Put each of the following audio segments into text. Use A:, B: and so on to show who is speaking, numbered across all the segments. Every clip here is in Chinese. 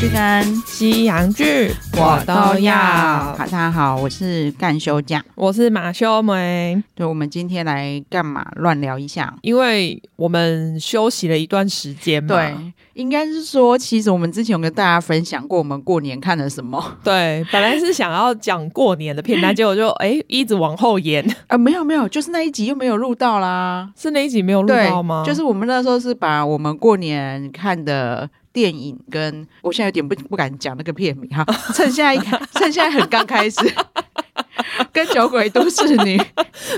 A: 去跟
B: 西洋剧
A: 好，大家好，我是干休假。
B: 我是马修梅，
A: 就我们今天来干嘛？乱聊一下。
B: 因为我们休息了一段时间嘛，
A: 对，应该是说，其实我们之前有跟大家分享过，我们过年看了什么？
B: 对，本来是想要讲过年的片段，结果就哎、一直往后延，
A: 啊，没有没有，就是那一集又没有录到啦。
B: 是那一集没有录
A: 对
B: 到吗？，
A: 就是我们那时候是把我们过年看的。电影跟我现在有点不不敢讲那个片名哈， 趁现在一开趁现在很刚开始， 跟酒鬼都市女，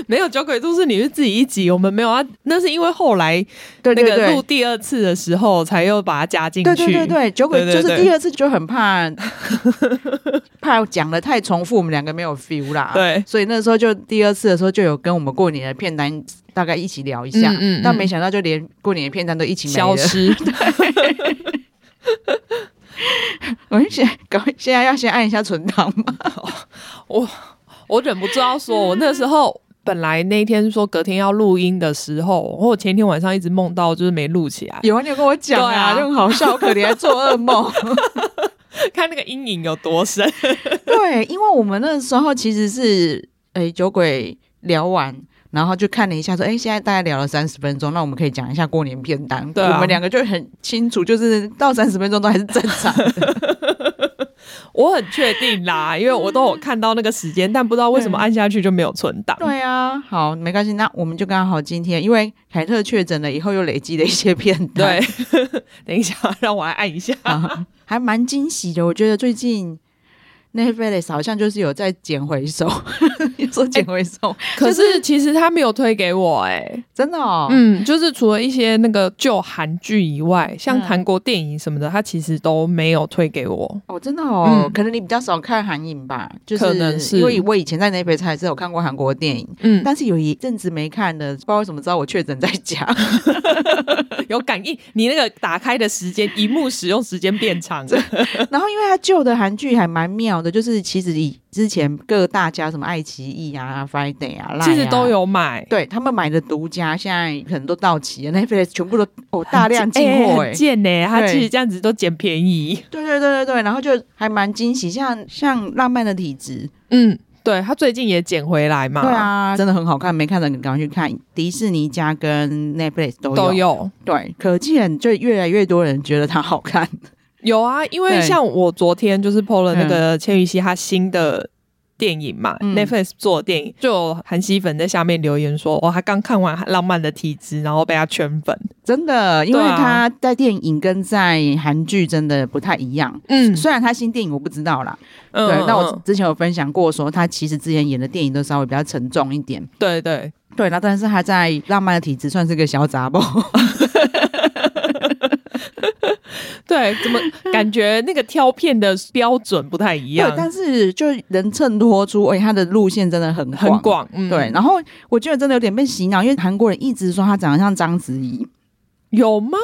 B: 没有《酒鬼都市》，你是自己一集，我们没有啊，那是因为后来
A: 对
B: 那
A: 对
B: 个
A: 对
B: 录，第二次的时候才又把它加进去，
A: 对对对对，酒鬼
B: 对
A: 就
B: 对
A: 是
B: 对
A: 第二次就很怕，怕讲的太重复，我们两个没有 feel 啦。
B: 对
A: 所以那时候就第二次的时候就有跟我们过年的片单大概一起聊一下，
B: 嗯嗯嗯
A: 但没想到就连过年的片单都一起没
B: 消
A: 了。
B: 失，
A: 我就想，赶快现在要先按一下存档嘛。
B: 我忍不住要说，我那时候本来那一天说隔天要录音的时候，我前一天晚上一直梦到就是没录起来，
A: 有啊，你有跟我讲
B: 对
A: 啊，
B: 啊
A: 就很好笑，我可怜还做噩梦。
B: 看那个阴影有多深。
A: 对，因为我们那时候其实是诶酒鬼聊完。然后就看了一下，说：“哎，现在大概聊了三十分钟，那我们可以讲一下过年片单。
B: 对啊
A: 我们两个就很清楚，就是到三十分钟都还是正常的。
B: 我很确定啦，因为我都有看到那个时间，但不知道为什么按下去就没有存档。
A: 对啊，好，没关系，那我们就刚好今天，因为凯特确诊了以后，又累积了一些片段，
B: 对，等一下，让我来按一下。
A: 啊 还蛮惊喜的。我觉得最近 Netflix 好像就是有在捡回收， 说捡
B: 哎
A: 回收，
B: 可是其实他没有推给我、哎，
A: 真的哦，
B: 嗯，就是除了一些那个旧韩剧以外，像韩国电影什么的，他其实都没有推给我。
A: 哦，真的哦，
B: 嗯
A: 可能你比较少看韩影吧，就是
B: 可能是
A: 因为我以前在 Netflix 还是有看过韩国电影。
B: 嗯，
A: 但是有一阵子没看了，不知道为什么知道我确诊在家，
B: 有感应，你那个打开的时间，荧幕使用时间变长了。
A: 然后因为它旧的韩剧还蛮妙的，就是其实以之前各大家什么爱奇艺啊、Friday 啊、
B: 其实
A: Line 啊
B: 都有买，
A: 对他们买的独家，现在可能都到齐了，Netflix 全部都哦大量进货哎、
B: 很贱呢、他
A: 对
B: 其实这样子都捡便宜。
A: 对对对对对，然后就还蛮惊喜，像像浪漫的体质，
B: 嗯，对他最近也捡回来嘛，
A: 对，啊，真的很好看，没看的你赶快去看，迪士尼家跟 Netflix 哦都有，
B: 都有
A: 对，可见就越来越多人觉得它好看，
B: 有啊，因为
A: 对
B: 像我昨天就是 PO 了那个千羽熙他新的。电影嘛、
A: 嗯
B: n e t f l i x 做的电影，就有韩熙粉在下面留言说，哦，他刚看完《浪漫的体质》，然后被他圈粉。
A: 真的，因为
B: 对啊
A: 它在电影跟在韩剧真的不太一样。
B: 嗯
A: 虽然它新电影我不知道啦，
B: 嗯
A: 对，那我
B: 嗯
A: 之前有分享过说，它其实之前演的电影都稍微比较沉重一点，
B: 对对，
A: 对，那但是他在《浪漫的体质》算是个小杂包，
B: 对，怎么感觉那个挑片的标准不太
A: 对
B: 一样，，
A: 但是就能衬托出，哎、他的路线真的很广
B: 很。广，嗯，
A: 对，，然后我觉得真的有点被洗脑，因为韩国人一直说他长得像章子怡，
B: 有吗？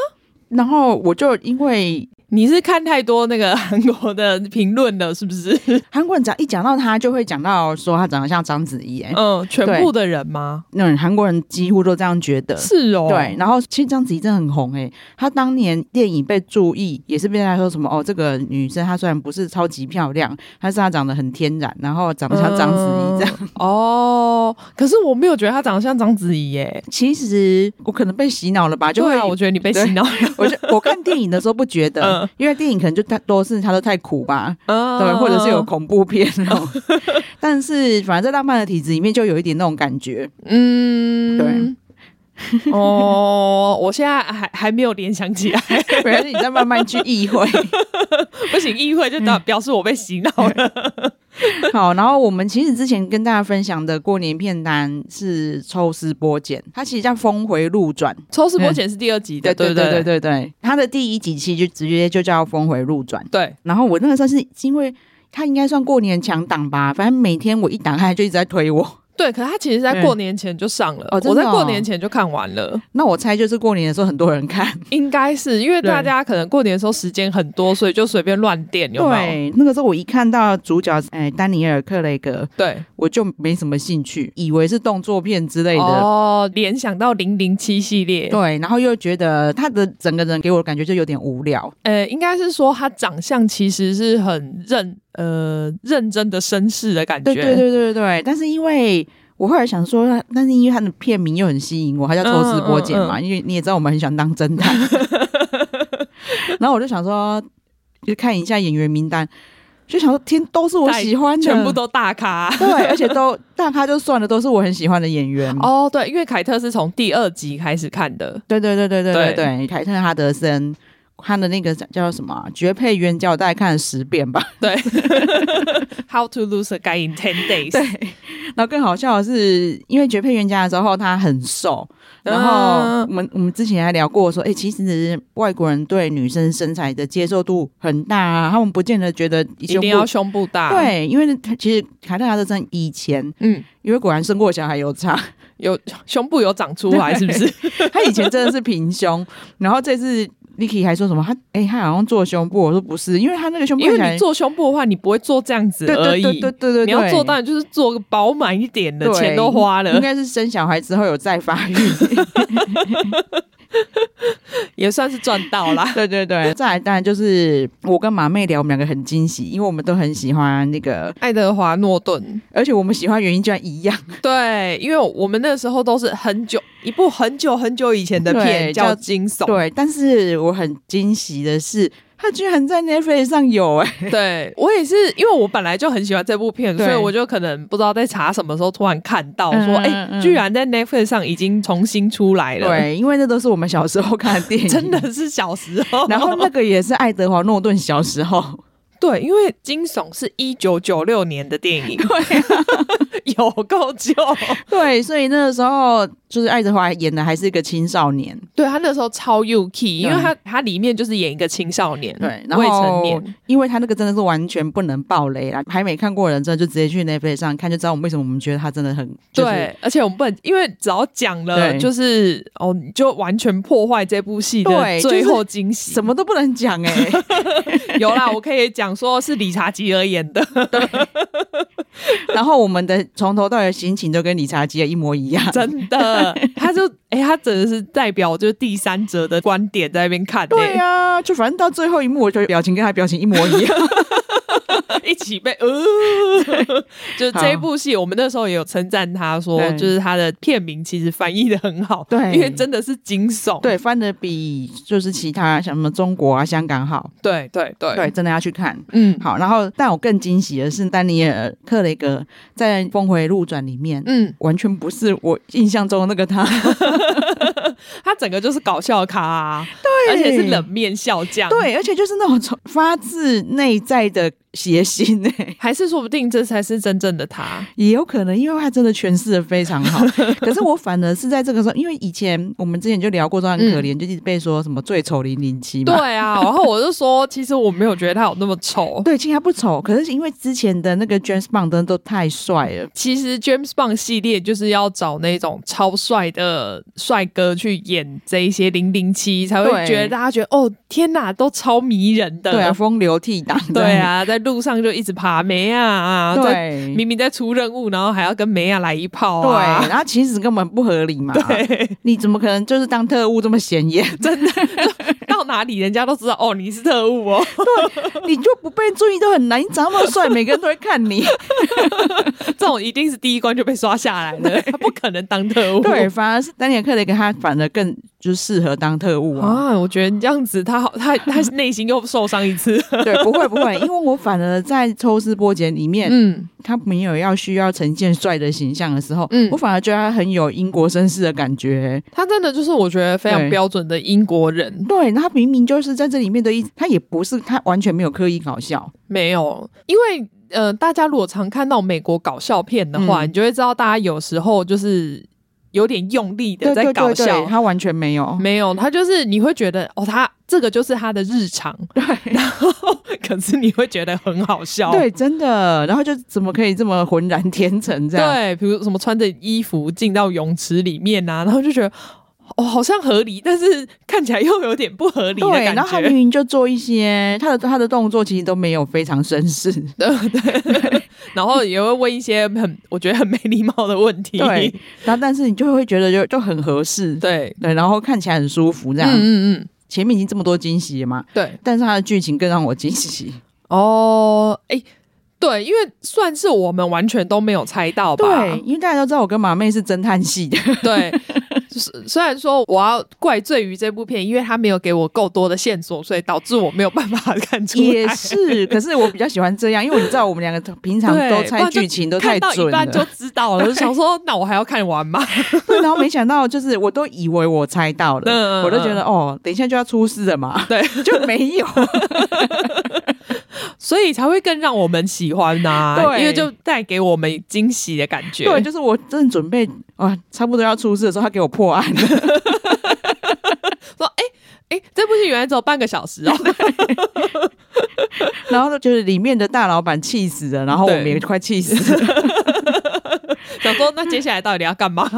A: 然后我就因为
B: 你是看太多那个韩国的评论了，是不是？
A: 韩国人只要一讲到他，就会讲到说他长得像章子怡、哎、
B: 嗯，全部的人吗？
A: 那种韩国人几乎都这样觉得。
B: 是哦，
A: 对，，然后其实章子怡真的很红诶、她当年电影被注意，也是被大家说什么哦，这个女生她虽然不是超级漂亮，但是她长得很天然，然后长得像章子怡这样。
B: 嗯哦，可是我没有觉得他长得像章子怡耶。
A: 其实我可能被洗脑了吧，就会、
B: 对啊，我觉得你被洗脑了。
A: 我就我看电影的时候不觉得，
B: 嗯
A: 因为电影可能就太都是它都太苦吧，
B: 嗯
A: 对，或者是有恐怖片 哦。但是反正在浪漫的体质里面就有一点那种感觉，
B: 嗯，
A: 对。
B: 哦，我现在还还没有联想起来，
A: 没关系，你再慢慢去意 会。
B: 不行，议会 就
A: 嗯
B: 表表示我被洗脑了。
A: 好，然后我们其实之前跟大家分享的过年片单是抽丝剥茧，它其实叫峰回路转。
B: 抽丝剥茧是第二集的，对
A: 对
B: 不对
A: 对对对，它的第一几期就直接就叫峰回路转。
B: 对
A: 然后我那个时候是因为它应该算过年强档吧，反正每天我一打开就一直在推我。
B: 对，可是他其实在过年前就上了，
A: 嗯哦真
B: 我
A: 的
B: 在
A: 哦
B: 过年前就看完了，
A: 那我猜就是过年的时候很多人看，
B: 应该是因为
A: 对
B: 大家可能过年的时候时间很多，所以就随便乱点，有没有？
A: 对，那个时候我一看到主角哎丹尼尔·克雷格，
B: 对，
A: 我就没什么兴趣，以为是动作片之类的。
B: 哦，联想到零零七系列，
A: 对，然后又觉得他的整个人给我的感觉就有点无聊，
B: 呃，应该是说他长相其实是很认呃认真的绅士的感觉，
A: 对对对对对，但是因为。我后来想说，但是因为他的片名又很吸引我，他叫《抽丝剥茧》
B: 嗯
A: 嘛，因为你也知道我们很喜欢当侦 探，然后我就想说，就看一下演员名单，就想说天都是我喜欢的，
B: 全部都大咖。
A: 对，而且都大咖就算了，都是我很喜欢的演员。哦，
B: 哦，对，因为凯特是从第二集开始看的，
A: 对对对对对
B: 对
A: 对对，凯特·哈德森。他的那个叫什么啊、绝配冤家》，我大概看了十遍吧。
B: 对，How to lose a guy in ten days，
A: 对，然后更好笑的是，因为绝配冤家的时候他很瘦，然后
B: 嗯
A: 我们、我们之前还聊过说，哎、其实外国人对女生身材的接受度很大啊，他们不见得觉得一
B: 一定要胸部大，，
A: 对，因为他其实凯特·哈德森以前，
B: 嗯，
A: 因为果然生过小孩有差，
B: 有胸部有长出来，是不是？
A: 他以前真的是平胸，然后这次 Vicky 还说什么他哎、他好像做胸部，我说不是，因为他那个胸部
B: 因
A: 看起
B: 为
A: 来
B: 你做胸部的话，你不会做这样子
A: 对
B: 而
A: 对
B: 已，
A: 对对对对，
B: 你要
A: 对
B: 做当然就是做个饱满一点的，
A: 对
B: 钱都花
A: 应
B: 了，
A: 该是生小孩之后有再发 育。
B: 也算是赚 到啦。
A: 对对对，再来当然就是我跟马妹聊，我们两个很惊喜，因为我们都很喜欢那个，
B: 爱德华诺顿，
A: 而且我们喜欢原因居然一样。
B: 对，因为我们那时候都是很久一部很久很久以前的片
A: 对
B: 叫
A: 叫
B: 《惊悚》，
A: 对，但是我很惊喜的是，它居然在 Netflix 上有哎、
B: 对我也是，因为我本来就很喜欢这部片，
A: 对
B: 所以我就可能不知道在查什么时候突然看到说，
A: 嗯
B: 哎、
A: 嗯嗯
B: 居然在 Netflix 上已经重新出来了，，
A: 对，因为那都是我们小时候看的电影，
B: 真。的是哦小时 候。
A: 然后那个也是爱德华诺顿小时候，
B: 对，因为《惊悚》是一九九六年的电影，对、
A: 啊
B: 有够久。
A: 对，所以那个时候就是爱德华演的还是一个青少年，
B: 对他那时候超 UK，因为
A: 对
B: 他他里面就是演一个青少年，
A: 对，然后
B: 嗯未成年。，
A: 因为他那个真的是完全不能爆雷啦，还没看过的人真的就直接去 Netflix 上看，就知道我们为什么我们觉得他真的很、就是、
B: 对，而且我们不能，因为只要讲了，
A: 对
B: 就是哦，你就完全破坏这部戏的
A: 对就是
B: 最后惊喜。
A: 什么都不能讲哎、
B: 有啦，我可以讲说是理查吉 尔演的，
A: 然后我们的从头到尾的心情都跟理查基尔一模一样。
B: 真的，他就哎、他真的是代表就是第三者的观点在那边看、欸，
A: 对啊，就反正到最后一幕，我就表情跟他表情一模一 样。
B: 一起被呃，就是这一部戏，我们那时候也有称赞他说，
A: 对
B: 就是他的片名其实翻译的很好，
A: 对
B: 因为真的是惊悚，
A: 对，翻的比就是其他像什么中国啊、香港好。
B: 对对对
A: 对，，真的要去看。
B: 嗯
A: 好，然后但我更惊喜的是，丹尼尔·克雷格在《峰回路转》里面。
B: 嗯，
A: 完全不是我印象中的那个他，
B: 他整个就是搞笑咖、啊，对而且是冷面笑匠，，
A: 对，而且就是那种从发自内在的邪心哎、
B: 还是说不定这才是真正的 他，
A: 也有可能，因为他真的诠释的非常好。可是我反而是在这个时候，因为以前我们之前就聊过，说他很可怜，就一直被说什么最丑零零七
B: 嗯对
A: 嘛。
B: 啊，然后我就说，其实我没有觉得他有那么丑。
A: 对，其实他不丑，可是因为之前的那个 James Bond 真的都太帅了。
B: 其实 James Bond 系列就是要找那种超帅的帅哥去演这一些零零七，才会
A: 对
B: 觉得大家觉得哦，天哪，都超迷人的。
A: 对啊，风流倜傥。
B: 对，啊，在路上就一直爬梅亚啊，在
A: 对
B: 明明在出任务，然后还要跟梅亚来一炮
A: 对，
B: 啊，
A: 然后其实根本不合理嘛。你怎么可能就是当特务这么显眼？
B: 到哪里人家都知道哦，你是特务 哦，
A: 你就不被注意都很难。你长那么帅，每个人都会看你。
B: 这种一 定是第一关就被刷下来的，他不可能当特务。哦
A: 对，反而是丹尼尔·克雷格，他反而更就是适合当特务啊。
B: 啊，我觉得你这样子，他好，他他内心又受伤一次。
A: 对，不会不会，因为我反而在抽丝剥茧里面，
B: 嗯，
A: 他没有要需要陈建帅的形象的时候，
B: 嗯
A: 我反而觉得他很有英国绅士的感觉。
B: 他真的就是我觉得非常
A: 对
B: 标准的英国人，
A: 对，那他明明就是在这里面的一，他也不是他完全没有刻意搞笑，
B: 没有，因为呃，大家如果常看到美国搞笑片的话，
A: 嗯
B: 你就会知道大家有时候就是有点用力的
A: 对
B: 在
A: 对
B: 搞
A: 对
B: 笑。
A: 对，他完全没有。
B: 没有，他就是你会觉得哦，他这个就是他的日常， 对。然后，可是你会觉得很好笑，
A: 对，真的，然后就怎么可以这么浑然天成这样？
B: 对，比如什么穿着衣服进到泳池里面啊，然后就觉得哦，好像合理，但是看起来又有点不合理的
A: 对，
B: 感
A: 然后他明
B: 觉。
A: 明就做一些他的他的动作，其实都没有非常绅士。
B: 然后也会问一些很我觉得很没礼貌的问题。
A: 对， 然后但是你就会觉得就就很合适，
B: 对，
A: 对，然后看起来很舒服这
B: 嗯
A: 样。
B: 嗯嗯，
A: 前面已经这么多惊喜了嘛，
B: 对。
A: 但是它的剧情更让我惊喜。
B: 哦，哎、对，因为算是我们完全都没有猜到吧？
A: 对，因为大家都知道我跟马妹是侦探系的，
B: 对，就是虽然说我要怪罪于这部片，因为它没有给我够多的线索，所以导致我没有办法看出来。
A: 也是。可是我比较喜欢这样，因为你知道我们两个平常
B: 对
A: 都
B: 不
A: 猜
B: 然就
A: 剧情都太
B: 看到一
A: 准了
B: 半，就知道了，我就想说，那我还要看完吗？
A: 对然后没想到就是我都以为我猜到了，
B: 嗯嗯
A: 我都觉得哦，等一下就要出事了嘛，
B: 对，
A: 就没有。
B: 所以才会更让我们喜欢呐、
A: 对
B: 因为就带给我们惊喜的感觉。
A: 对，就是我正准备啊，差不多要出事的时候，他给我破案了。
B: 说，哎、哎、这部戏原来只有半个小时哦。
A: 然后就是里面的大老板气死了，然后我
B: 对
A: 们也快气死了，
B: 想说，那接下来到底要干嘛？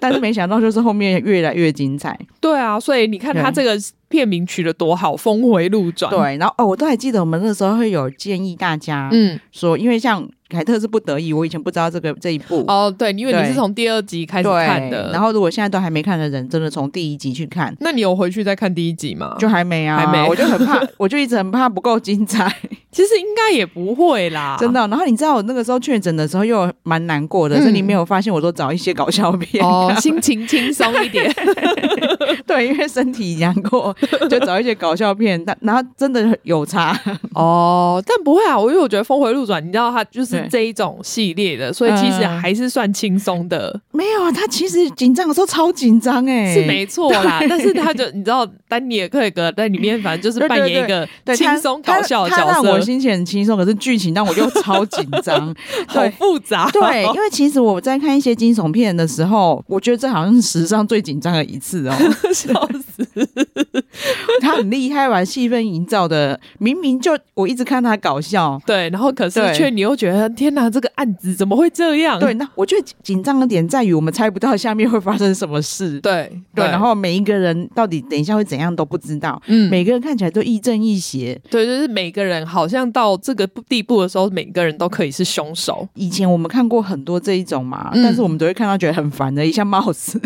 A: 但是没想到就是后面越来越精彩。
B: 对啊，所以你看他这
A: 对
B: 个片名取得多好，峰回路转。，
A: 对，然后哦，我都还记得我们那时候会有建议大家
B: 嗯，
A: 说，因为像凯特是不得已，我以前不知道这个这一部。
B: 哦，对，因为你
A: 对
B: 是从第二集开始
A: 对
B: 看的，，
A: 然后如果现在都还没看的人，真的从第一集去看，
B: 那你有回去再看第一集吗？
A: 就还没啊，
B: 哦还没
A: 我就 很怕，我就一直很怕不够精彩，
B: 其实应该也不会啦，
A: 真的。然后你知道我那个时候确诊的时候又蛮难过的，所以你没有发现我都找一些搞笑 片
B: 嗯哦，
A: 看
B: 心情轻松一点。
A: 对，因为身体难过，就找一些搞笑片，但然后真的有差，
B: 哦，但不会啊，我因为我觉得峰回路转，你知道它就是
A: 对
B: 这一种系列的，所以其实
A: 嗯
B: 还是算轻松的，
A: 没有啊，他其实紧张的时候超紧张哎，
B: 是没错 啦。但是他就你知道，丹尼尔·克雷格在里面，反正就是
A: 对
B: 扮
A: 对
B: 演一
A: 对
B: 个
A: 对
B: 轻
A: 他
B: 松搞笑的
A: 他他
B: 角
A: 让我
B: 色，。
A: 心情很轻松，可是剧情让我又超紧张
B: 好
A: 对
B: 复杂、哦
A: 对， 因为其实我在看一些惊悚片的时候，我觉得这好像是史上最紧张的一次 哦。
B: 对， 笑死。
A: 他很厉害，把气氛营造的，明明就我一直看他搞笑。
B: 对，然后可是
A: 对
B: 却你又觉得天哪，这个案子怎么会这样？
A: 对，那我觉得紧张的点在于我们猜不到下面会发生什么事。
B: 对
A: 对，然后每一个人到底等一下会怎样都不知道，
B: 嗯，
A: 每个人看起来都亦正亦邪。
B: 对，就是每个人好像到这个地步的时候，每个人都可以是凶手。
A: 以前我们看过很多这一种嘛，
B: 嗯
A: 但是我们都会看到觉得很烦的，一下冒 死。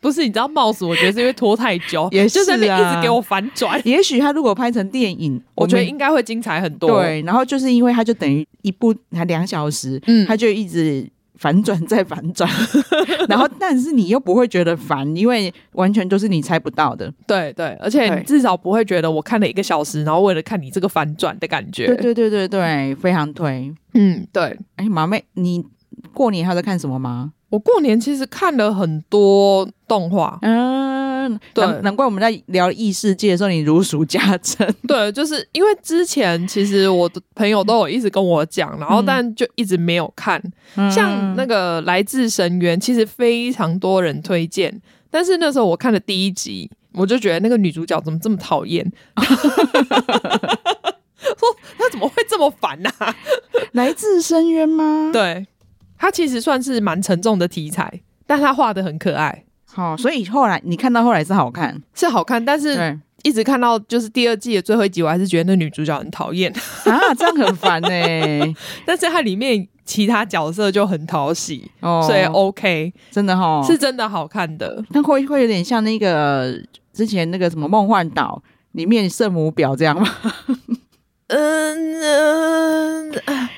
B: 不是，你知道冒死，我觉得是因为拖太久，
A: 也
B: 就在那边
A: 是啊
B: 一直给我反转。
A: 也许他如果拍成电影，
B: 我
A: 们
B: 觉得应该会精彩很多。，
A: 对，然后就是因为他就等于一部才两小时，
B: 嗯
A: 他就一直反转再反转， 然后但是你又不会觉得烦，因为完全都是你猜不到的。
B: 对对，而且你
A: 对
B: 至少不会觉得我看了一个小时，然后为了看你这个反转的感觉。
A: 对，对对对对，非常推。
B: 嗯，对。
A: 哎，马妹，你过年还有在看什么吗？，
B: 我过年其实看了很多动画
A: 嗯，
B: 对
A: 难难怪我们在聊异世界的时候，你如数家珍。
B: 对，就是因为之前其实我的朋友都有一直跟我讲，然后
A: 嗯
B: 但就一直没有看。像那
A: 个
B: 个《来自深渊》，其实非常多人推荐，但是那时候我看了第一集，我就觉得那个女主角怎么这么讨厌。 说她怎么会这么烦啊呐、
A: 来自深渊 吗？，
B: 对，她其实算是蛮沉重的题材，但她画的很可爱，
A: 好、所以后来你看到后来是好看，
B: 是好看。但
A: 对
B: 是一直看到就是第二季的最后一集，我还是觉得那女主角很 讨厌。
A: 啊，这样很烦呢、
B: 但是它里面其他角色就很讨喜，
A: 哦，
B: 所以 OK，、
A: 真的哈、
B: 是真的好看的。
A: 那会会有点像那个之前那个什么梦幻岛里面圣母婊这 样吗？
B: 嗯嗯，
A: 呃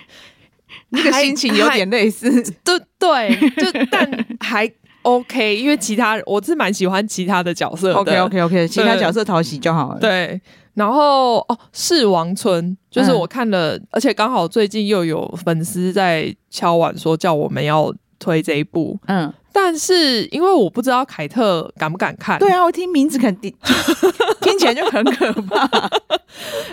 A: 那个心情有点类似，
B: 对对，就但还 OK，因为其他人我是蛮喜欢其他的角色的。
A: OK OK OK，其他角色讨喜就好了。
B: 对，然后哦，是王村，就是
A: 嗯
B: 我看了，而且刚好最近又有粉丝在敲碗说叫我们要推这一部，
A: 嗯，
B: 但是因为我不知道凯特敢不敢看，
A: 对，啊，我听 名字肯定听起来就很可 怕。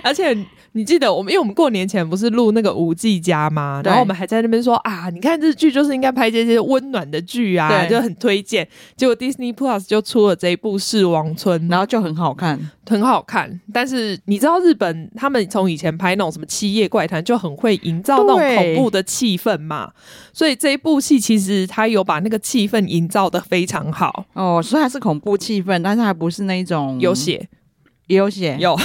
B: 而且你记得我们，因为我们过年前不是录那个《无忌家》吗？
A: 对
B: 然后我们还在那边说啊，你看这剧就是应该拍这些温暖的剧啊，
A: 对
B: 就很推荐。结果 Disney Plus 就出了这一部《是王村》，
A: 然后就很好看，
B: 很好看，但是你知道日本他们从以前拍那种什么《七夜怪谈》，就很会营造那种恐
A: 对
B: 怖的气氛嘛，所以这一部戏其实他有把那个气氛营造的非常好，
A: 哦，所以它是恐怖气氛，但是还不是那种
B: 有，写、
A: 也有血，
B: 有，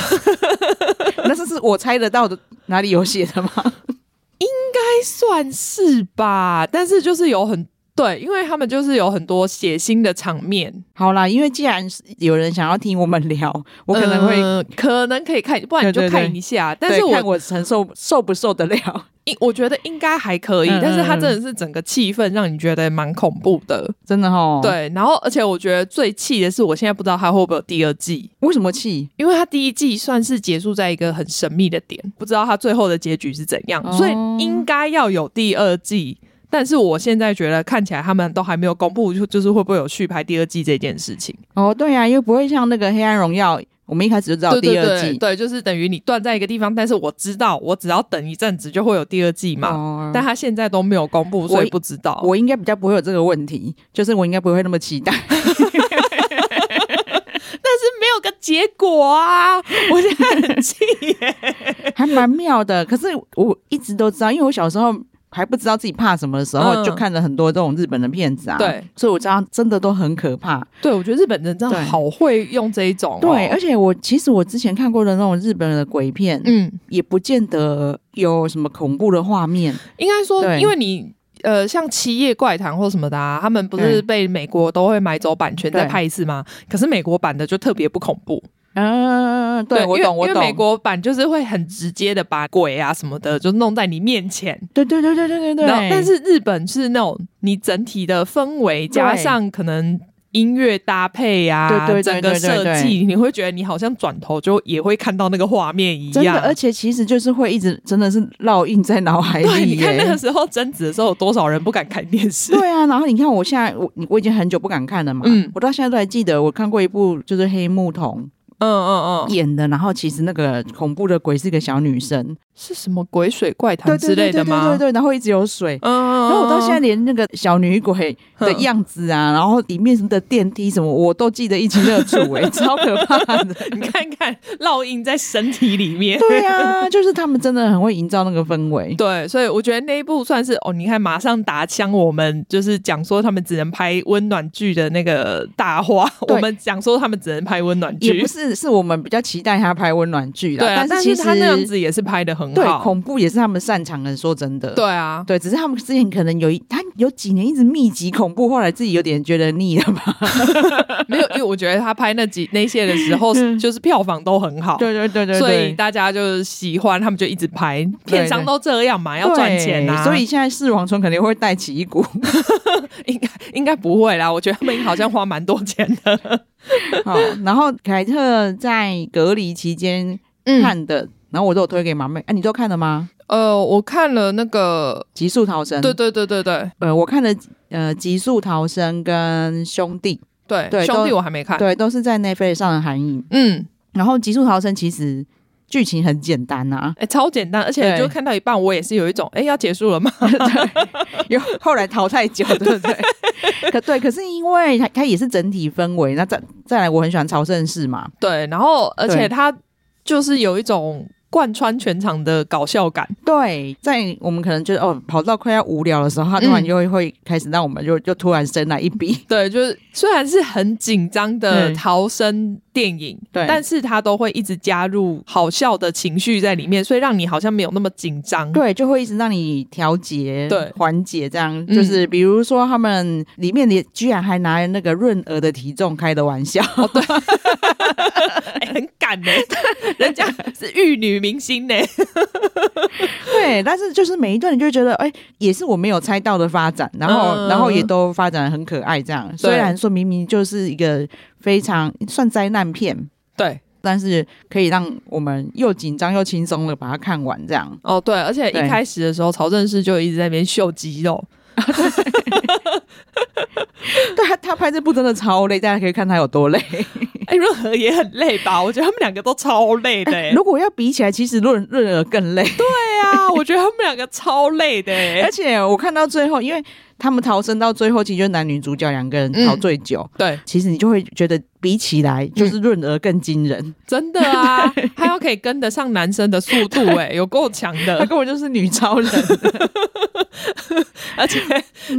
A: 那是是我猜得到的哪里有血的吗？
B: 该算是吧，但是就是有很对，因为他们就是有很多血腥的场面，
A: 好啦，因为既然是有人想要听我们聊， 我可能会、
B: 呃可能可以看，不然你就
A: 对对对
B: 看一下，
A: 对
B: 但是
A: 看
B: 我
A: 我承受受不受得 了。
B: 应我觉得应该还可以，
A: 嗯嗯
B: 但是它
A: 嗯
B: 真的是整个气氛让你觉得蛮恐怖的。
A: 真的哦，，
B: 对，然后而且我觉得最气的是，我现在不知道它会不会有第二季，
A: 为什么气？
B: 因为它第一季算是结束在一个很神秘的点，不知道它最后的结局是怎样，
A: 哦
B: 所以应该要有第二季。但是我现在觉得看起来他们都还没有公布，就就是会不会有续拍第二季这件事情。
A: 哦，对呀、啊，又不会像那个《黑暗荣耀》，我们一开始就知道
B: 对
A: 第二
B: 对
A: 季
B: 对，对，就是等于你断在一个地方，但是我知道我只要等一阵子就会有第二季嘛。
A: 哦
B: 但他现在都没有公布，所以
A: 我
B: 不知道。
A: 我应该比较不会有这个问题，就是我应该不会那么期待。
B: 但是没有个结果啊！我现在很气耶。
A: 还蛮妙 的。可是我一直都知道，因为我小时候还不知道自己怕什么的时候，
B: 嗯
A: 就看了很多这种日本的片子啊。
B: 对，
A: 所以我知道真的都很可怕。
B: 对，我觉得日本人真的
A: 对
B: 好会用这一种、哦。
A: 对，而且我其实我之前看过的那种日本的鬼片，
B: 嗯，
A: 也不见得有什么恐怖的画面。
B: 应该说，
A: 对
B: 因为你呃，像《七夜怪谈》或什么的、啊，他们不是
A: 对
B: 被美国都会买走版权再
A: 对
B: 拍一次吗？可是美国版的就特别不恐怖。
A: 嗯、对，我
B: 啊因为
A: 懂，我
B: 因
A: 懂
B: 为。美国版就是会很直接的把鬼啊什么的就弄在你面前。
A: 对对对对对对对。
B: 然后，但是日本是那种你整体的氛围加
A: 对
B: 上可能。音乐搭配呀、啊，
A: 对对对
B: 整个
A: 对对
B: 设
A: 对
B: 计，你会觉得你好像转头就也会看到那个画面一
A: 真
B: 样，
A: 的，而且其实就是会一直真的是烙印在脑海
B: 对，
A: 里
B: 你看那个
A: 耶。
B: 时候争执的时候，有多少人不敢看 电视？
A: 对啊，然后你看我现在我我已经很久不敢看了嘛，
B: 嗯
A: 我到现在都还记得，我看过一部就是《黑木瞳》，
B: 嗯嗯嗯，
A: 演的，然后其实那个恐怖的鬼是一个小女生，
B: 是什么鬼水怪
A: 对对
B: 谈之
A: 对
B: 类
A: 对
B: 的
A: 对
B: 吗？
A: 对对，然后一直有水。
B: 嗯嗯，
A: 然后我到现在连那个小女鬼的样子啊，然后里面什么的电梯什么，我都记得一清二楚、欸，哎， 超可怕的。
B: 在你看看烙印在身体里面。
A: 对啊，就是他们真的很会营造那个氛围。
B: 对，所以我觉得那一部算是哦，你看马上打枪，我们就是讲说他们只能拍温暖剧的那个大话，
A: 对
B: 我们讲说他们只能拍温暖
A: 也
B: 剧
A: 不，是，是我们比较期待他拍温暖剧啦。
B: 对啊，但
A: 是其
B: 是
A: 实
B: 他那样子也是拍的很
A: 对
B: 好，
A: 恐怖也是他们擅长的。说真的，
B: 对啊，
A: 对，只是他们之前可能有一，他有几年一直密集恐怖，后来自己有点觉得腻了吧？
B: 没有，因为我觉得他拍那几那些的时 候，就是票房都很好，
A: 对对对对
B: 所以大家就是喜欢，他们就一直拍。
A: 对
B: 片商都这样嘛，要
A: 对
B: 赚钱啊呐、
A: 啊所以现在四王村肯定会带起一股。
B: 应该应该不会啦。我觉得他们好像花蛮多钱的。
A: 好，哦然后凯特在隔离期间
B: 嗯，
A: 看的，然后我都有推给马妹，哎、你都看了吗？
B: 呃，我看了那个，
A: 《极速逃生》
B: 对对对对对
A: 呃，我看了呃《极速逃生》跟《兄弟
B: 对，
A: 对
B: 兄弟
A: 都
B: 我还没》，看。
A: 对，都是在 Netflix 上的韩影。
B: 嗯，，
A: 然后《极速逃生》其实剧情很简单啊
B: 哎、超简单，而且
A: 对
B: 就看到一半，我也是有一种，哎、要结束了吗？
A: 有后来淘汰久，对 不对？可对，可是因为它它也是整体氛围，那再再来，我很喜欢朝圣市嘛，
B: 对，然后而
A: 对
B: 且他就是有一种贯穿全场的搞笑感。
A: 对，在我们可能就是哦，跑到快要无聊的时候，他突然
B: 嗯
A: 就会会开始让我们就就突然生来一笔。
B: 对，就是虽然是很紧张的
A: 对
B: 逃生电影，
A: 嗯对
B: 但是它都会一直加入好笑的情绪在里面，所以让你好像没有那么紧张。
A: 对，就会一直让你调节、
B: 对
A: 缓解这样。
B: 嗯
A: 就是比如说，他们里面你居然还拿那个润儿的体重开的玩笑，
B: 哎，很敢呢、 人家是玉女明星呢、
A: 对，但是就是每一段你就会觉得，哎、也是我没有猜到的发展，然后、
B: 嗯
A: 然后也都发展的很可爱，这样。虽然说明明就是一个非常算灾难片，
B: 对，
A: 但是可以让我们又紧张又轻松的把它看完，这样。
B: 哦对，而且
A: 对
B: 一开始的时候，曹正奭就一直在那边秀 肌肉，
A: 对他，他拍这部真的超累，大家可以看他有多累。
B: 哎、润和也很累吧？我觉得他们两个都超 累的、欸。
A: 如果要比起来，其实润润儿更累。
B: 对啊， 我觉得他们两个超累的、欸
A: 而。且我看到最后，因为他们逃生到最后，其实就是男女主角两个人
B: 嗯
A: 逃最久。
B: 对，
A: 其实你就会觉得比起来，
B: 嗯
A: 就是润儿更惊人。
B: 真的啊，他要可以跟得上男生的速度、欸，哎，有够强
A: 她
B: 的。
A: 根本就是女超人。
B: 而且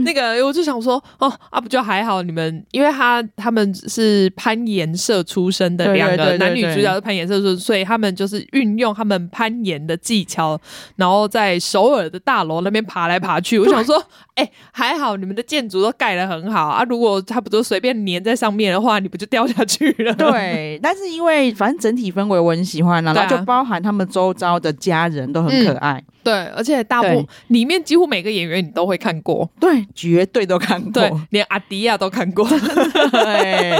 B: 那个，我就想说，哦，啊，不就还好？你们，因为他他们是攀岩社出身的
A: 对
B: 两
A: 对
B: 个
A: 对
B: 男女
A: 对
B: 主角是攀岩社出身，所以他们就是运用他们攀岩的技巧，然后在首尔的大楼那边爬来爬去。我想说，哎、还好你们的建筑都盖得很好啊，如果他不就随便粘在上面的话，你不就掉下去 了？
A: 对， 但是因为反正整体氛围我很喜欢啦、
B: 对啊
A: 然
B: 嗯
A: 后就包含他们周遭的家人都很可爱，
B: 对，而且大部
A: 对
B: 里面几乎每个演员你都会看过，哦
A: 对，绝对都看过。
B: 对，连阿迪亚都看 过。
A: 对，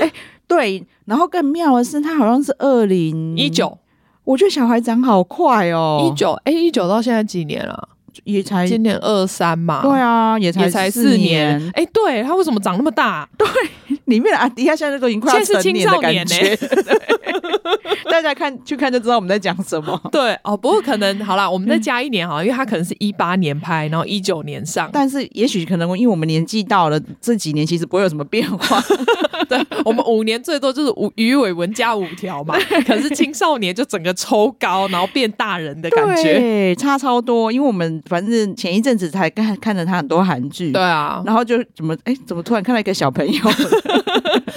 A: 哎、对，然后更妙的是，他好像是二零
B: 一，九
A: 我觉得小孩长好快哦，
B: 一九，哎，一九到现在几年了？
A: 也才
B: 今年二三嘛，
A: 对啊，也才
B: 也才
A: 四
B: 四年。哎、对他为什么长那么大？
A: 里面的阿迪亚现在都已经快要
B: 现在是
A: 成
B: 青
A: 年欸
B: 少
A: 的感
B: 年呢、
A: 觉， 大家看去看就知道我们在讲什么。
B: 对哦，不过可能好啦，我们再加一年好了，因为他可能是一八年拍，然后一九 年上，
A: 但是也许可能因为我们年纪到了，这几年其实不会有什么变化。
B: 对我们五年最多就是五鱼尾纹加五条 嘛，可是青少年就整个抽高，然后变大人的感觉。
A: 对，差超多。因为我们反正前一阵子才看看了他很多韩剧，
B: 对，啊，
A: 然后就怎么哎，怎么突然看到一个小朋友？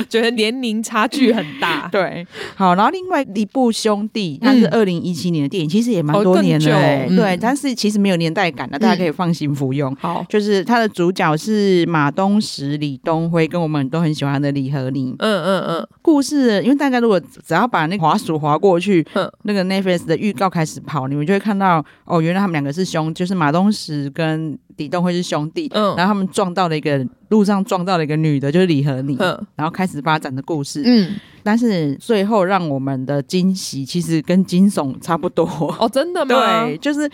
B: 觉得年龄差距很大。
A: 对，嗯好，然后另外一部《兄弟》，它是二零一七年的电影，其实也蛮多年了、
B: 哦
A: 哎
B: 更久嗯
A: 对，但是其实没有年代感的，大家可以放心服用。
B: 好，
A: 就是它的主角是马东石、李东辉，跟我们都很喜欢的李和宁。
B: 嗯嗯嗯，
A: 故事，因为大家如果只要把那个滑鼠滑过去，
B: 嗯
A: 那个 Netflix 的预告开始跑，你们就会看到哦，原来他们两个是兄，就是马东石跟李栋辉是兄弟，
B: 嗯
A: 然后他们撞到了一个路上撞到了一个女的，就是李和你，
B: 嗯
A: 然后开始发展的故事。
B: 嗯，
A: 但是最后让我们的惊喜其实跟惊悚差不多，
B: 哦，真的吗？
A: 对，就是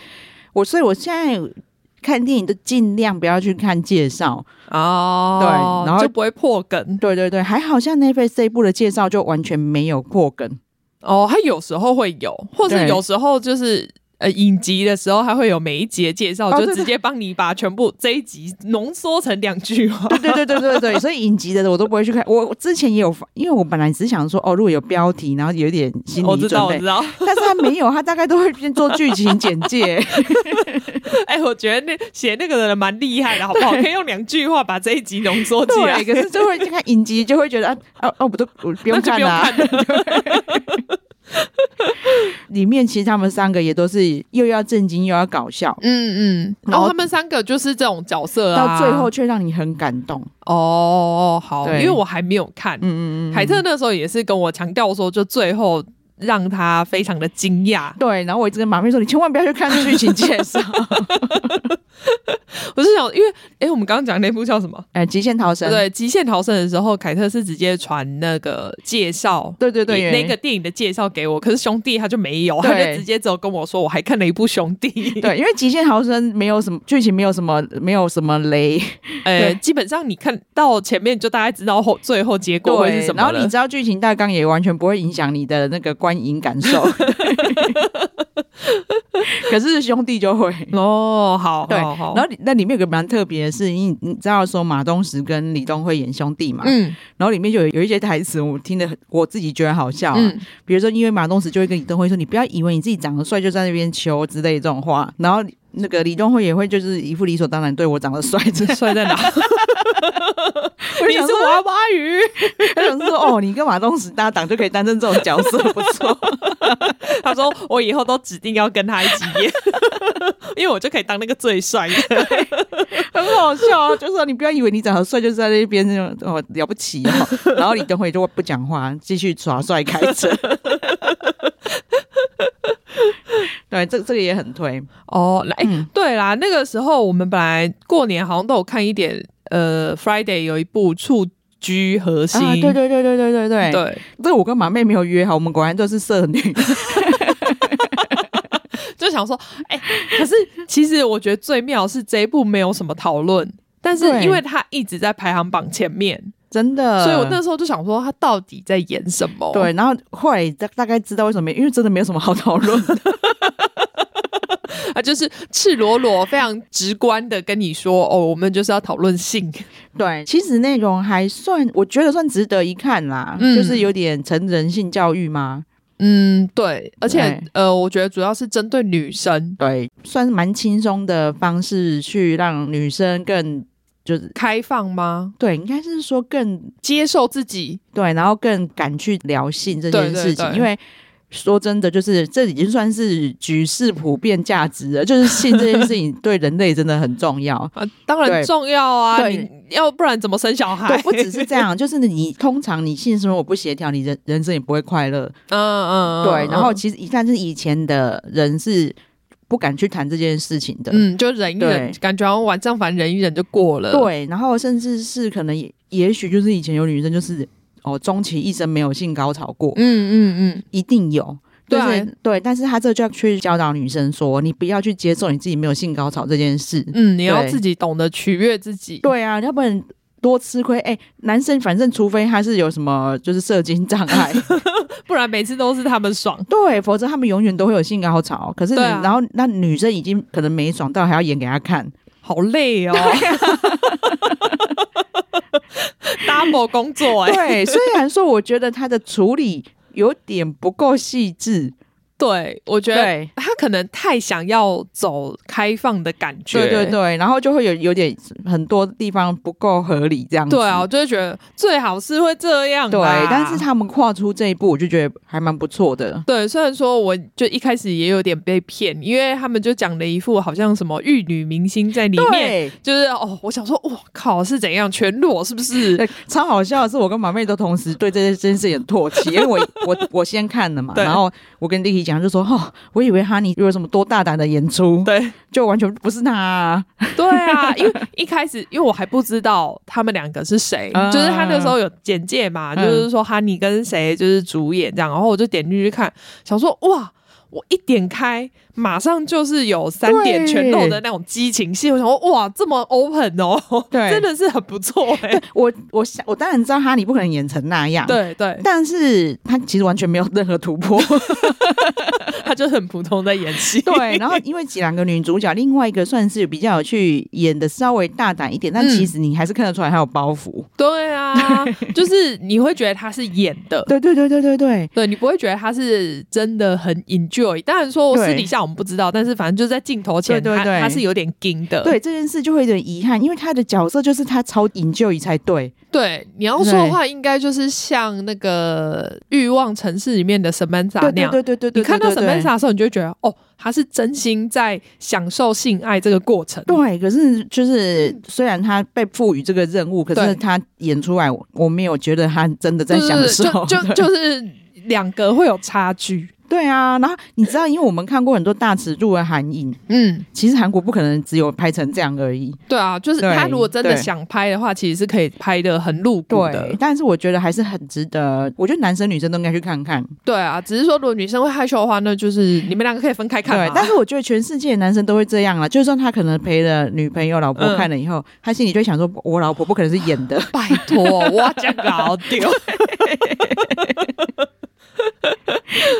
A: 我，所以我现在。看电影都尽量不要去看介绍，
B: 哦，
A: 对然后
B: 就不会破梗。
A: 对对对，还好像 Netflix 这一部的介绍就完全没有破梗，
B: 哦，它有时候会有，或是
A: 对
B: 有时候就是。呃，影集的时候还会有每一集的介绍，
A: 哦
B: 就
A: 对
B: 直接帮你把全部这一集浓缩成两句话。
A: 对对对对对对，所以影集的我都不会去看。我我之前也有发，因为我本来只是想说，哦，如果有标题，然后有点心
B: 哦我
A: 理
B: 知
A: 准
B: 道，我
A: 备
B: 知，道。
A: 但是他没有，他大概都会先做剧情简 介。
B: 哎、我觉得那写那个人蛮厉害的，好不好？可以用两句话把这一集浓缩起来
A: 对，。可 是就会看影集，就会觉得啊啊哦，不都我不用
B: 那就
A: 看啊
B: 不用
A: 啦、
B: 看
A: 里面其实他们三个也都是又要震惊又要搞笑，
B: 嗯嗯，然
A: 然
B: 后
A: 后
B: 他们三个就是这种角色
A: 到
B: 啊。
A: 最后却让你很感动。
B: 哦，好，
A: 对
B: 因为我还没有看。
A: 嗯嗯嗯，
B: 海特那时候也是跟我强调说，就最后让他非常的惊讶。
A: 对。然后我一直跟马妹说，你千万不要去看剧情介 绍。
B: 我是想，因为哎、诶我们刚刚讲那部叫什么？
A: 哎，极限逃生。
B: 对，《极限逃生》的时候，凯特是直接传那个介绍。
A: 对对对，
B: 那个电影的介绍给我，可是兄弟他就没有，
A: 对
B: 他就直接只有跟我说，我还看了一部兄弟。，
A: 对，因为《极限逃生》没有什么剧情，没有什么没有什么雷，
B: 呃，
A: 对
B: 基本上你看到前面就大概知道后最后结果会
A: 对，
B: 是什么
A: 然后你
B: 了
A: 知道剧情大纲也完全不会影响你的那个观影感 受。可是兄弟就会。
B: 哦，好，
A: 对，
B: 好好
A: 然后里那里面有个蛮特别的是，因为你知道说马东石跟李东辉演兄弟嘛，
B: 嗯
A: 然后里面就有有一些台词，我听的我自己觉得好笑、啊，
B: 嗯，
A: 比如说因为马东石就会跟李东辉说，你不要以为你自己长得帅就在那边求之类的这种话，然后那个李东辉也会就是一副理所当然对我长得帅之类的
B: 帅在哪？
A: 我就
B: 你
A: 想
B: 是
A: 说，
B: 娃娃鱼，
A: 我想说，哦，你跟马东石搭档就可以担任这种角色，不错。
B: 他说我以后都指定要跟他一起演， 因为我就可以当那个最帅的。
A: 很好笑啊！就说你不要以为你长得帅就在那边那种哦了不起哦，然后你等会就不讲话，继续耍帅开 车。对，这这个也很推，
B: 哦，来、
A: 嗯
B: 对啦，那个时候我们本来过年好像都有看一点，呃，Friday 有一部《触居核心》
A: 啊，对对对对对对对，
B: 对
A: 这我跟马妹没有约好，我们果然都是社 女，
B: 就想说，哎、可是其实我觉得最妙是这一部没有什么讨论，但是
A: 对
B: 因为它一直在排行榜前面，
A: 真的。
B: 所以我那时候就想说，他到底在演什么？
A: 对，，然后后来大大概知道为什么，因为真的没有什么好讨论。
B: 他啊就是赤裸裸、非常直观的跟你说，哦，我们就是要讨论性，
A: 对，其实内容还算，我觉得算值得一看啦，
B: 嗯
A: 就是有点成人性教育吗？
B: 嗯，对，而且
A: 对
B: 呃，我觉得主要是针对女生
A: 对，算是蛮轻松的方式去让女生更就是
B: 开放吗？
A: 对，应该是说更
B: 接受自己，
A: 对，然后更敢去聊性这件
B: 对对
A: 事情，
B: 对
A: 因为。说真的，就是这已经算是举世普遍价值了，就是性这件事情 对人类真的很重要。
B: 啊，当然
A: 对
B: 重要啊，
A: 对
B: 你要不然怎么生小孩
A: 对，？哦不只是这样，就是你通常你性生活不协调，你人人生也不会快乐。
B: 嗯嗯，嗯
A: 对，然后
B: 嗯
A: 其实但是以前的人是不敢去谈这件事情的，
B: 嗯，就忍一忍，
A: 对
B: 感觉好像晚上反正忍一忍就过了。，
A: 对，然后甚至是可能也也许就是以前有女生就是哦，终其一生没有性高潮过，
B: 嗯嗯嗯，
A: 一定有。
B: 对
A: 就
B: 啊
A: 是对，但是他这就要去教导女生说，你不要去接受你自己没有性高潮这件事。
B: 嗯，你要
A: 对
B: 自己懂得取悦自己。
A: 对啊，要不然多吃亏。哎、男生反正除非他是有什么就是射精障碍，
B: 不然每次都是他们爽。
A: 对，否则他们永远都会有性高潮。可是你，
B: 对啊
A: 然后那女生已经可能没爽到，还要演给他看。
B: 好累哦 ，double 工作哎、
A: 对，虽然说我觉得他的处理有点不够细致，
B: 对，我觉得
A: 对。
B: 他可能太想要走开放的感觉，
A: 对对对，然后就会有有点很多地方不够合理这样子。
B: 对啊，我就会觉得最好是会这样
A: 对，
B: 啦，
A: 但是他们跨出这一步，我就觉得还蛮不错的。
B: 对，虽然说我就一开始也有点被骗，因为他们就讲了一副好像什么玉女明星在里面，
A: 对，
B: 就是哦，我想说，哇靠，是怎样全裸是 不是？
A: 对，超好笑的是，我跟马妹都同时对这件这件事情很唾 弃，因为我我我先看了嘛，
B: 对
A: 然后我跟丽丽讲，就说哦，我以为哈尼有什么多大胆的演出，
B: 对
A: 就完全不是他、啊。
B: 对啊，因为一开始因为我还不知道他们两个是谁，
A: 嗯
B: 就是他那时候有简介嘛，
A: 嗯
B: 就是说哈尼跟谁就是主演这样，然后我就点进去看，想说哇。我一点开，马上就是有三点全露的那种激情戏，我想说哇，这么 open 哦，
A: 对
B: 真的是很不错哎、
A: 我我想我当然知道哈尼不可能演成那样，，
B: 对 对，
A: 但是他其实完全没有任何突 破。
B: 他就很普通在演 戏。
A: 对，然后因为几两个女主角，另外一个算是比较有去演的稍微大胆一点，但
B: 嗯
A: 其实你还是看得出来她有包袱。
B: 对啊，就是你会觉得他是演的，
A: 对对对对对对
B: 对你不会觉得他是真的很 enjoy。当然说
A: 对
B: 私底下我们不知道，但是反正就在镜头前，
A: 对对对
B: 他他是有点惊的。
A: 对，这件事就会有点遗憾，因为她的角色就是她超引咎仪才对。
B: 对，你要说的话，应该就是像那个《欲望城市》里面的 Samantha
A: 对
B: 那
A: 对
B: 样。
A: 对对对对，
B: 你看到
A: 对
B: Samantha 的时候，你就会觉得哦，他是真心在享受性爱这个过程。
A: 对，可是就是虽然她被赋予这个任务，可
B: 对
A: 是她演出来，我我没有觉得她真的在
B: 就是，
A: 享受。
B: 就就就是两个会有差距。
A: 对啊，然后你知道，因为我们看过很多大尺度的韩影，
B: 嗯，
A: 其实韩国不可能只有拍成这样而已。
B: 对啊，就是
A: 对
B: 他如果真的
A: 对
B: 想拍的话，其实是可以拍的很露骨的。
A: 对，但是我觉得还是很值得，我觉得男生女生都应该去看看。
B: 对啊，只是说如果女生会害羞的话，那就是你们两个可以分开看
A: 对
B: 嘛。，
A: 但是我觉得全世界的男生都会这样啊啦，就算他可能陪了女朋友、老婆
B: 嗯
A: 看了以后，他心里就会想说，我老婆不可能是演 的。
B: 拜托，我这个好 丢。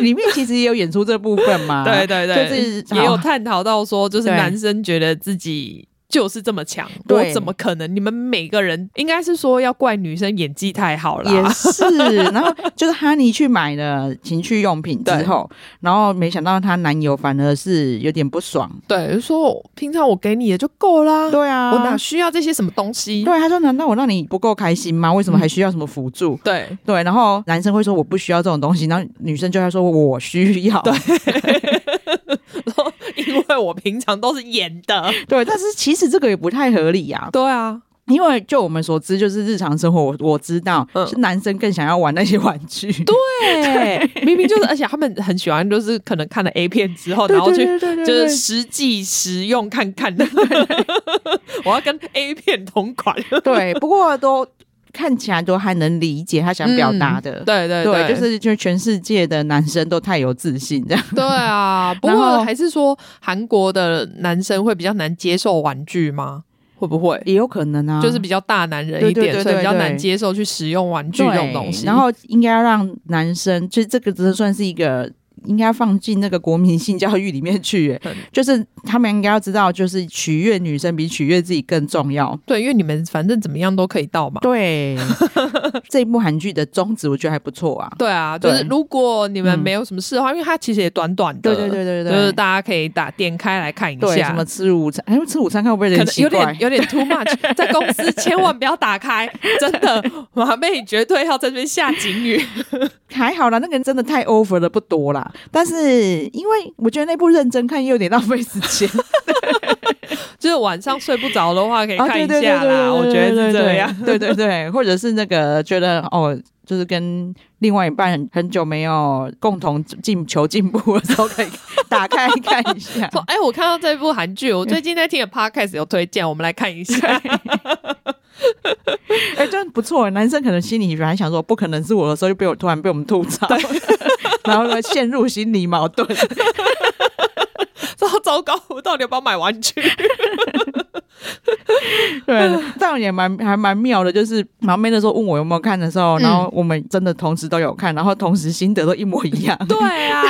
A: 里面其实也有演出这部分嘛。
B: 对对对，
A: 就是
B: 也有
A: 好
B: 探讨到说，就是
A: 对
B: 男生觉得自己就是这么强，我
A: 对
B: 怎么可能？你们每个人应该是说要怪女生演技太好啦。
A: 也是，然后就是哈尼去买了情趣用品之后，然后没想到她男友反而是有点不爽。
B: 对，就说哦平常我给你的就够啦，
A: 对啊，
B: 我哪需要这些什么东西？
A: 对他说：“难道我让你不够开心吗？为什么还需要什么辅助？”
B: 对
A: 对，然后男生会说我不需要这种东西，然后女生就会说我需要。对
B: 然后因为我平常都是演的，
A: 对，但是其实这个也不太合理呀、
B: 对啊，
A: 因为就我们所知，就是日常生活我我知道、
B: 嗯
A: 是男生更想要玩那些玩具。对，
B: 对，啊 明明就是，而且他们很喜欢，就是可能看了 A 片之后，然后去
A: 对对对对
B: 就
A: 对
B: 是实际使用看看。 我要跟 A 片同款，
A: 对，不过都看起来都还能理解他 想表达的。
B: 嗯对对
A: 对，就是就是全世界的男生都太有自信这样。
B: 对 啊。不
A: 然
B: 过
A: 后
B: 还是说韩国的男生会比较难接受玩具吗？会不会？
A: 也有可能啊，
B: 就是比较大男人
A: 对
B: 一
A: 对
B: 点，
A: 对
B: 所以比较
A: 对对
B: 难接受去使用玩具
A: 对
B: 这种东西。
A: 然后应该要让男生，就这个真的算是一个。应该放进那个国民性教育里面去耶
B: 嗯，
A: 就是他们应该要知道，就是取悦女生比取悦自己更重要。
B: 对，因为你们反正怎么样都可以到嘛。
A: 对， 这一部韩剧的宗旨我觉得还不错啊。
B: 对啊，就是
A: 对
B: 如果你们
A: 嗯
B: 没有什么事的话，因为它其实也短短
A: 对
B: 的，
A: 对对对对
B: 就是大家可以打点开来看一
A: 对，
B: 下
A: 什么。吃午餐？哎，吃午餐看会不会有
B: 可
A: 点
B: 能
A: 奇
B: 有
A: 怪
B: 点？有点 too much，在公司千万不要 打开，真的，马妹绝对要在这边下警语。
A: 还好啦，那个真的太 over 的不多啦。但是因为我觉得那部认真看又有点浪费时间，
B: 就是晚上睡不着的话，可以
A: 啊
B: 哎看一
A: 对对
B: 下
A: 对
B: 啦。
A: 对
B: 我觉得是
A: 对对
B: 这样。
A: 对对对，或者是那个觉得哦，就是跟另外一半很久没有共同进求进步的时候，可 以打开看一下。
B: 说，哎，我看到这部韩剧，我最近在听的 podcast 有推荐，我们来看一下。
A: 哎、这样不错。男生可能心里本来想说不可能是我的时候，就被我突然被我们吐槽，然后呢陷入心理矛 盾。
B: 说糟糕，我到底要不要买玩具？
A: 对，这样也蛮还蛮妙的。就是毛妹那时候问我有没有看的时候，然
B: 嗯
A: 后我们真的同时都有看，然后同时心得都一模一样。
B: 对啊，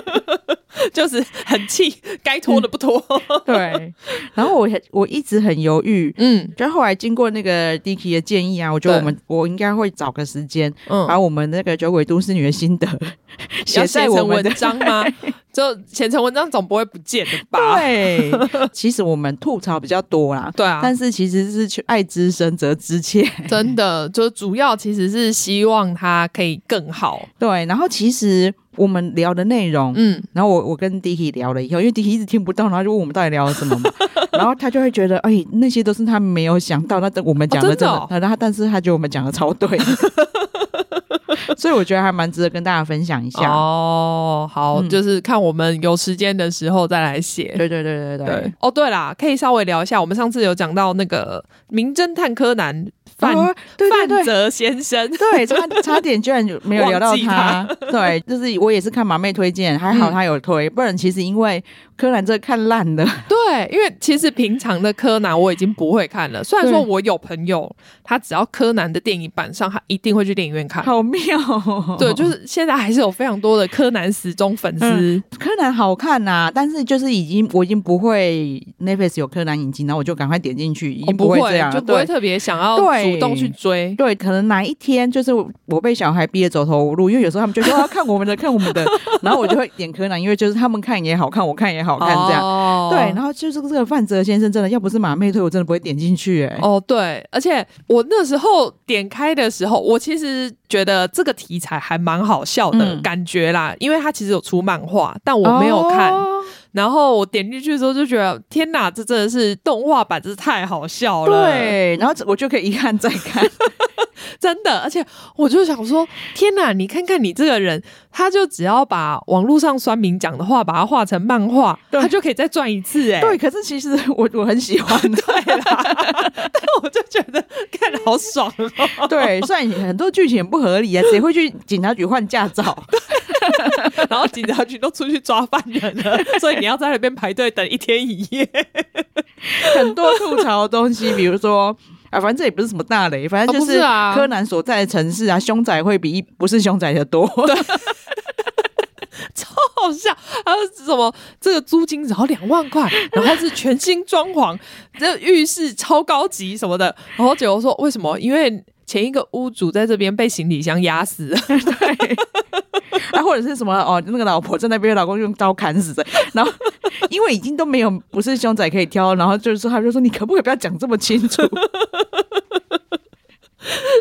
B: 就是很气，该拖的 不拖。
A: 对，然后我很我一直很犹豫，
B: 嗯
A: 就后来经过那个 Dicky 的建议啊，我觉得
B: 对
A: 我们我应该会找个时间，
B: 嗯
A: 把我们那个《酒鬼都市女》的心得
B: 要
A: 写
B: 写
A: 在我
B: 成
A: 们
B: 文
A: 的。
B: 章吗？ 就写成文章总不会不见的吧？
A: 对，其实我们吐槽比较多啦，
B: 对啊，
A: 但是其实是去爱之深责之切。
B: 真的就主要其实是希望他可以更好。
A: 对，然后其实我们聊的内容，
B: 嗯，
A: 然后我我跟 Dicky 聊了以后，因为 Dicky 一直听不到，然后就问我们到底聊了什 么嘛，然后他就会觉得，哎，那些都是他没有想到，那等我们讲
B: 哦
A: 的
B: 真
A: 真
B: 的哦
A: 的，然后他但是他觉得我们讲的超 对，所以我觉得还蛮值得跟大家分享一下。
B: 哦，好，
A: 嗯
B: 就是看我们有时间的时候再来写。
A: 对对对对
B: 对，，哦，对啦，可以稍微聊一下，我们上次有讲到那个《名侦探柯南》范、
A: 哦对对
B: 范
A: 对。
B: 泽先生，
A: 对，差差点居然没有聊到
B: 忘记他
A: 他。对，就是我也是看马妹推荐，还好
B: 嗯
A: 他有推，不然其实因为柯南这看烂了，
B: 对，因为其实平常的柯南我已经不会看了。虽然说
A: 对
B: 我有朋友，他只要柯南的电影版上，他一定会去电影院看。
A: 好妙、哦。
B: 对，就是现在还是有非常多的柯南死忠粉丝。
A: 嗯柯南好看呐、但是就是已经我已经不会 Netflix 有柯南引进，然后我就赶快点进去，已
B: 我
A: 经
B: 不
A: 哦会这样了，
B: 就不会
A: 对
B: 特别想要
A: 对
B: 主动去追。
A: 对，可能哪一天就是我我被小孩逼得走投无路，因为有时候他们就说要看我们的，看我们的， 然后我就会点柯南，因为就是他们看也好看，我看也好看这样。
B: 哦
A: 对，然后就是这个范泽先生真的，要不是马妹推，我真的不会点进去哎、
B: 哦，对，而且我那时候点开的时候，我其实觉得这个题材还蛮好笑的
A: 嗯
B: 感觉啦，因为它其实有出漫画，但我没有看。
A: 哦
B: 然后我点进去之后就觉得，天哪，这真的是动画版，真是太好笑了，，
A: 对，然后我就可以一看再看。
B: 真的。而且我就想说，天哪，你看看你这个人，他就只要把网络上酸民讲的话，把它画成漫画，
A: 对
B: 他就可以再赚一次、哎，
A: 对，可是其实我我很喜 欢的。
B: 对啦，但 我就觉得看得好爽 哦，
A: 对，虽然很多剧情很不合理啊，谁会去警察局换驾照？
B: 然后警察局都出去抓犯人 了，所以你要在那边排队等一天一夜。
A: 很多吐槽的东西，比如说。啊，反正这也不是什么大雷，反正就
B: 啊不是啊
A: 柯南所在的城市啊，凶宅会比一不是凶宅的多。对，
B: 臭好笑。他说什么这个租金只要两万块，然后是全新装潢， 这浴室超高级什么的。然后结果说为什么？因为前一个屋主在这边被行李箱压死了，
A: 啊，或者是什么哦，那个老婆在那边，老公用刀砍死的，然后 因为已经都没有不是凶宅可以挑，然后就是说他就说你可不可以不要讲这么清 楚？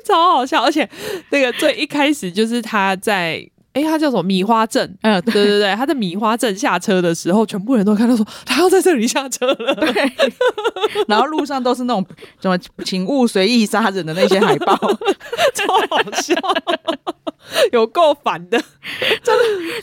B: 超好笑。而且那个最一开始就是他在。哎，他叫什么？米花镇，呃
A: 嗯，
B: 对对对，他在米花镇下车的时候，全部人都看到说 他要在这里下车了。
A: 对，然后路上都是那种什么请勿随意杀人的那些海 报，
B: 超好笑， 有够烦的。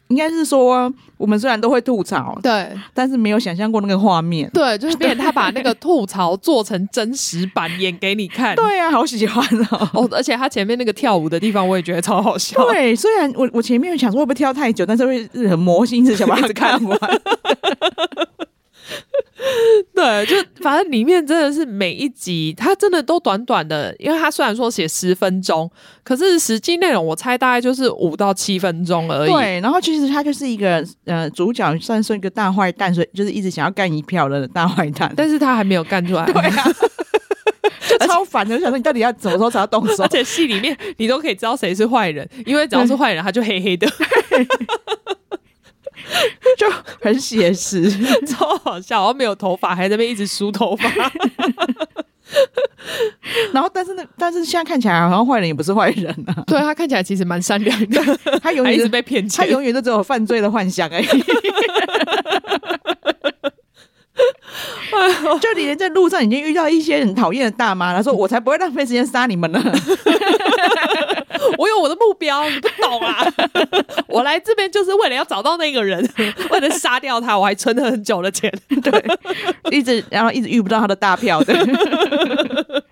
A: 应该是说我们虽然都会吐槽，
B: 对
A: 但是没有想象过那个画面。
B: 对，就是变成他把那个吐槽做成真实版演给你看。
A: 对啊，好喜欢哦。
B: 哦，而且他前面那个跳舞的地方，我也觉得超好笑。
A: 对，虽然我我前面想说会不会挑太久，但是会很魔性，一直想把它看 完。
B: 对，就反正里面真的是每一集，它真的都短短的，因为它虽然说写十分钟，可是实际内容我猜大概就是五到七分钟而已。
A: 对，然后其实他就是一个呃，主角算是一个大坏蛋，所以就是一直想要干一票的大坏蛋。
B: 但是他还没有干出来。
A: 对啊， 就超烦的，我想说你到底要什么时候才要动手
B: 而？且戏里面你都可以知道谁是坏人，因为只要是坏人，他就黑黑 的。
A: 就很写 实。
B: 超好笑，然后没有头发，还在那边一直梳头发。
A: 然后但是那但是现在看起来好像坏人也不是坏人啊，
B: 对他看起来其实蛮善良 的，
A: 他永
B: 还
A: 远
B: 一
A: 就
B: 直被骗
A: 他
B: 钱。
A: 永远都只有犯罪的幻想 而已。就你连在路上已经遇到一些很讨厌的大妈，他说：“我才不会浪费时间杀你们呢。
B: 我有我的目标，你不懂啊！ 我来这边就是为了要找到那个 人，为了杀掉他，我还存了很久的钱。”
A: 一直然后一直遇不到他的大票的。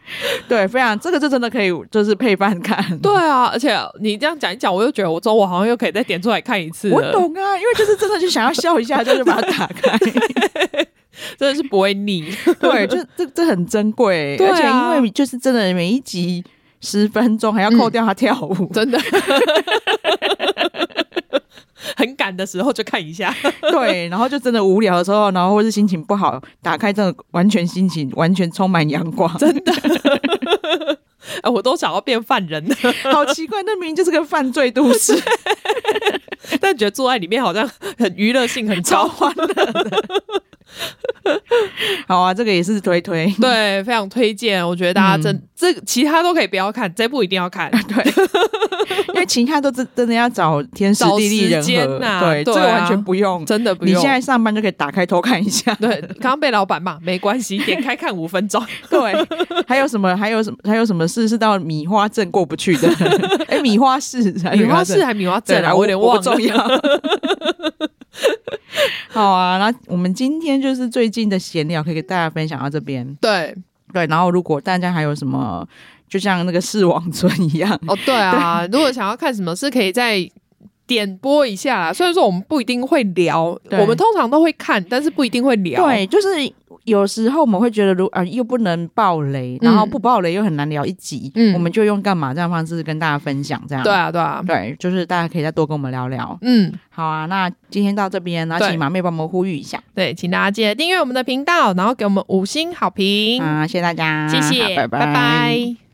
A: 对，非常这个就真的可以就是配饭看。
B: 对啊，而且你这样讲一讲，我又觉得我中午好像又可以再点出来看一次
A: 我
B: 了，
A: 懂啊，因为就是真的就想要笑一下，就是把它打 开。
B: 真的是不会腻。
A: 对，就这这很珍贵、
B: 对啊
A: 而且因为就是真的每一集十分钟，还要扣掉他跳舞，
B: 真的。 很赶的时候就看一下，
A: 对，然后就真的无聊的时候，然后或是心情不好，打开这个完全心情完全充满阳光，真的
B: 哎我都想要变犯人了，
A: 好奇怪，那明明就是个犯罪都 市，
B: 但觉得坐在里面好像很娱乐性很
A: 超
B: 高。
A: 欢乐的。好啊，这个也是推推，
B: 对，非常推荐。我觉得大家真、这其他都可以不要看，这部一定要看。
A: 因为其他都真真的要找天时
B: 找
A: 地利
B: 时
A: 人
B: 间
A: 和，
B: 呐
A: 对，
B: 对
A: 这个
B: 啊
A: 完全不用。
B: 真的不
A: 你
B: 用。
A: 现在上班就可以打开偷看一 下，
B: 对，刚刚被老板骂，没关系，点开看五分 钟。
A: 对，还有什么？还有什么？还有什么事是到米花镇过不去的？ 哎、米花市，
B: 米花
A: 镇
B: 市还米花
A: 对
B: 镇啊，我有点忘
A: 不重
B: 了。
A: 要。 好啊，那我们今天就是最近的闲聊，可以给大家分享到这边。
B: 对，
A: 对，然后如果大家还有什么，就像那个四网村一样，
B: 哦，对啊，如果想要看什么，是可以再点播一下啦。虽然说我们不一定会聊，
A: 对
B: 我们通常都会看，但是不一定会聊。
A: 对，就是有时候我们会觉得如，啊又不能爆雷，然后不爆雷又很难聊一集，
B: 嗯
A: 我们就用干嘛这样方式跟大家分享，这样
B: 对啊，对啊，
A: 对，就是大家可以再多跟我们聊聊。
B: 嗯，
A: 好啊，那今天到这边，然后
B: 对
A: 请马妹帮我们呼吁一下
B: 对，请大家记得订阅我们的频道，然后给我们五星好评，
A: 啊，谢谢大家，
B: 嗯谢谢，
A: 啊好拜
B: 拜拜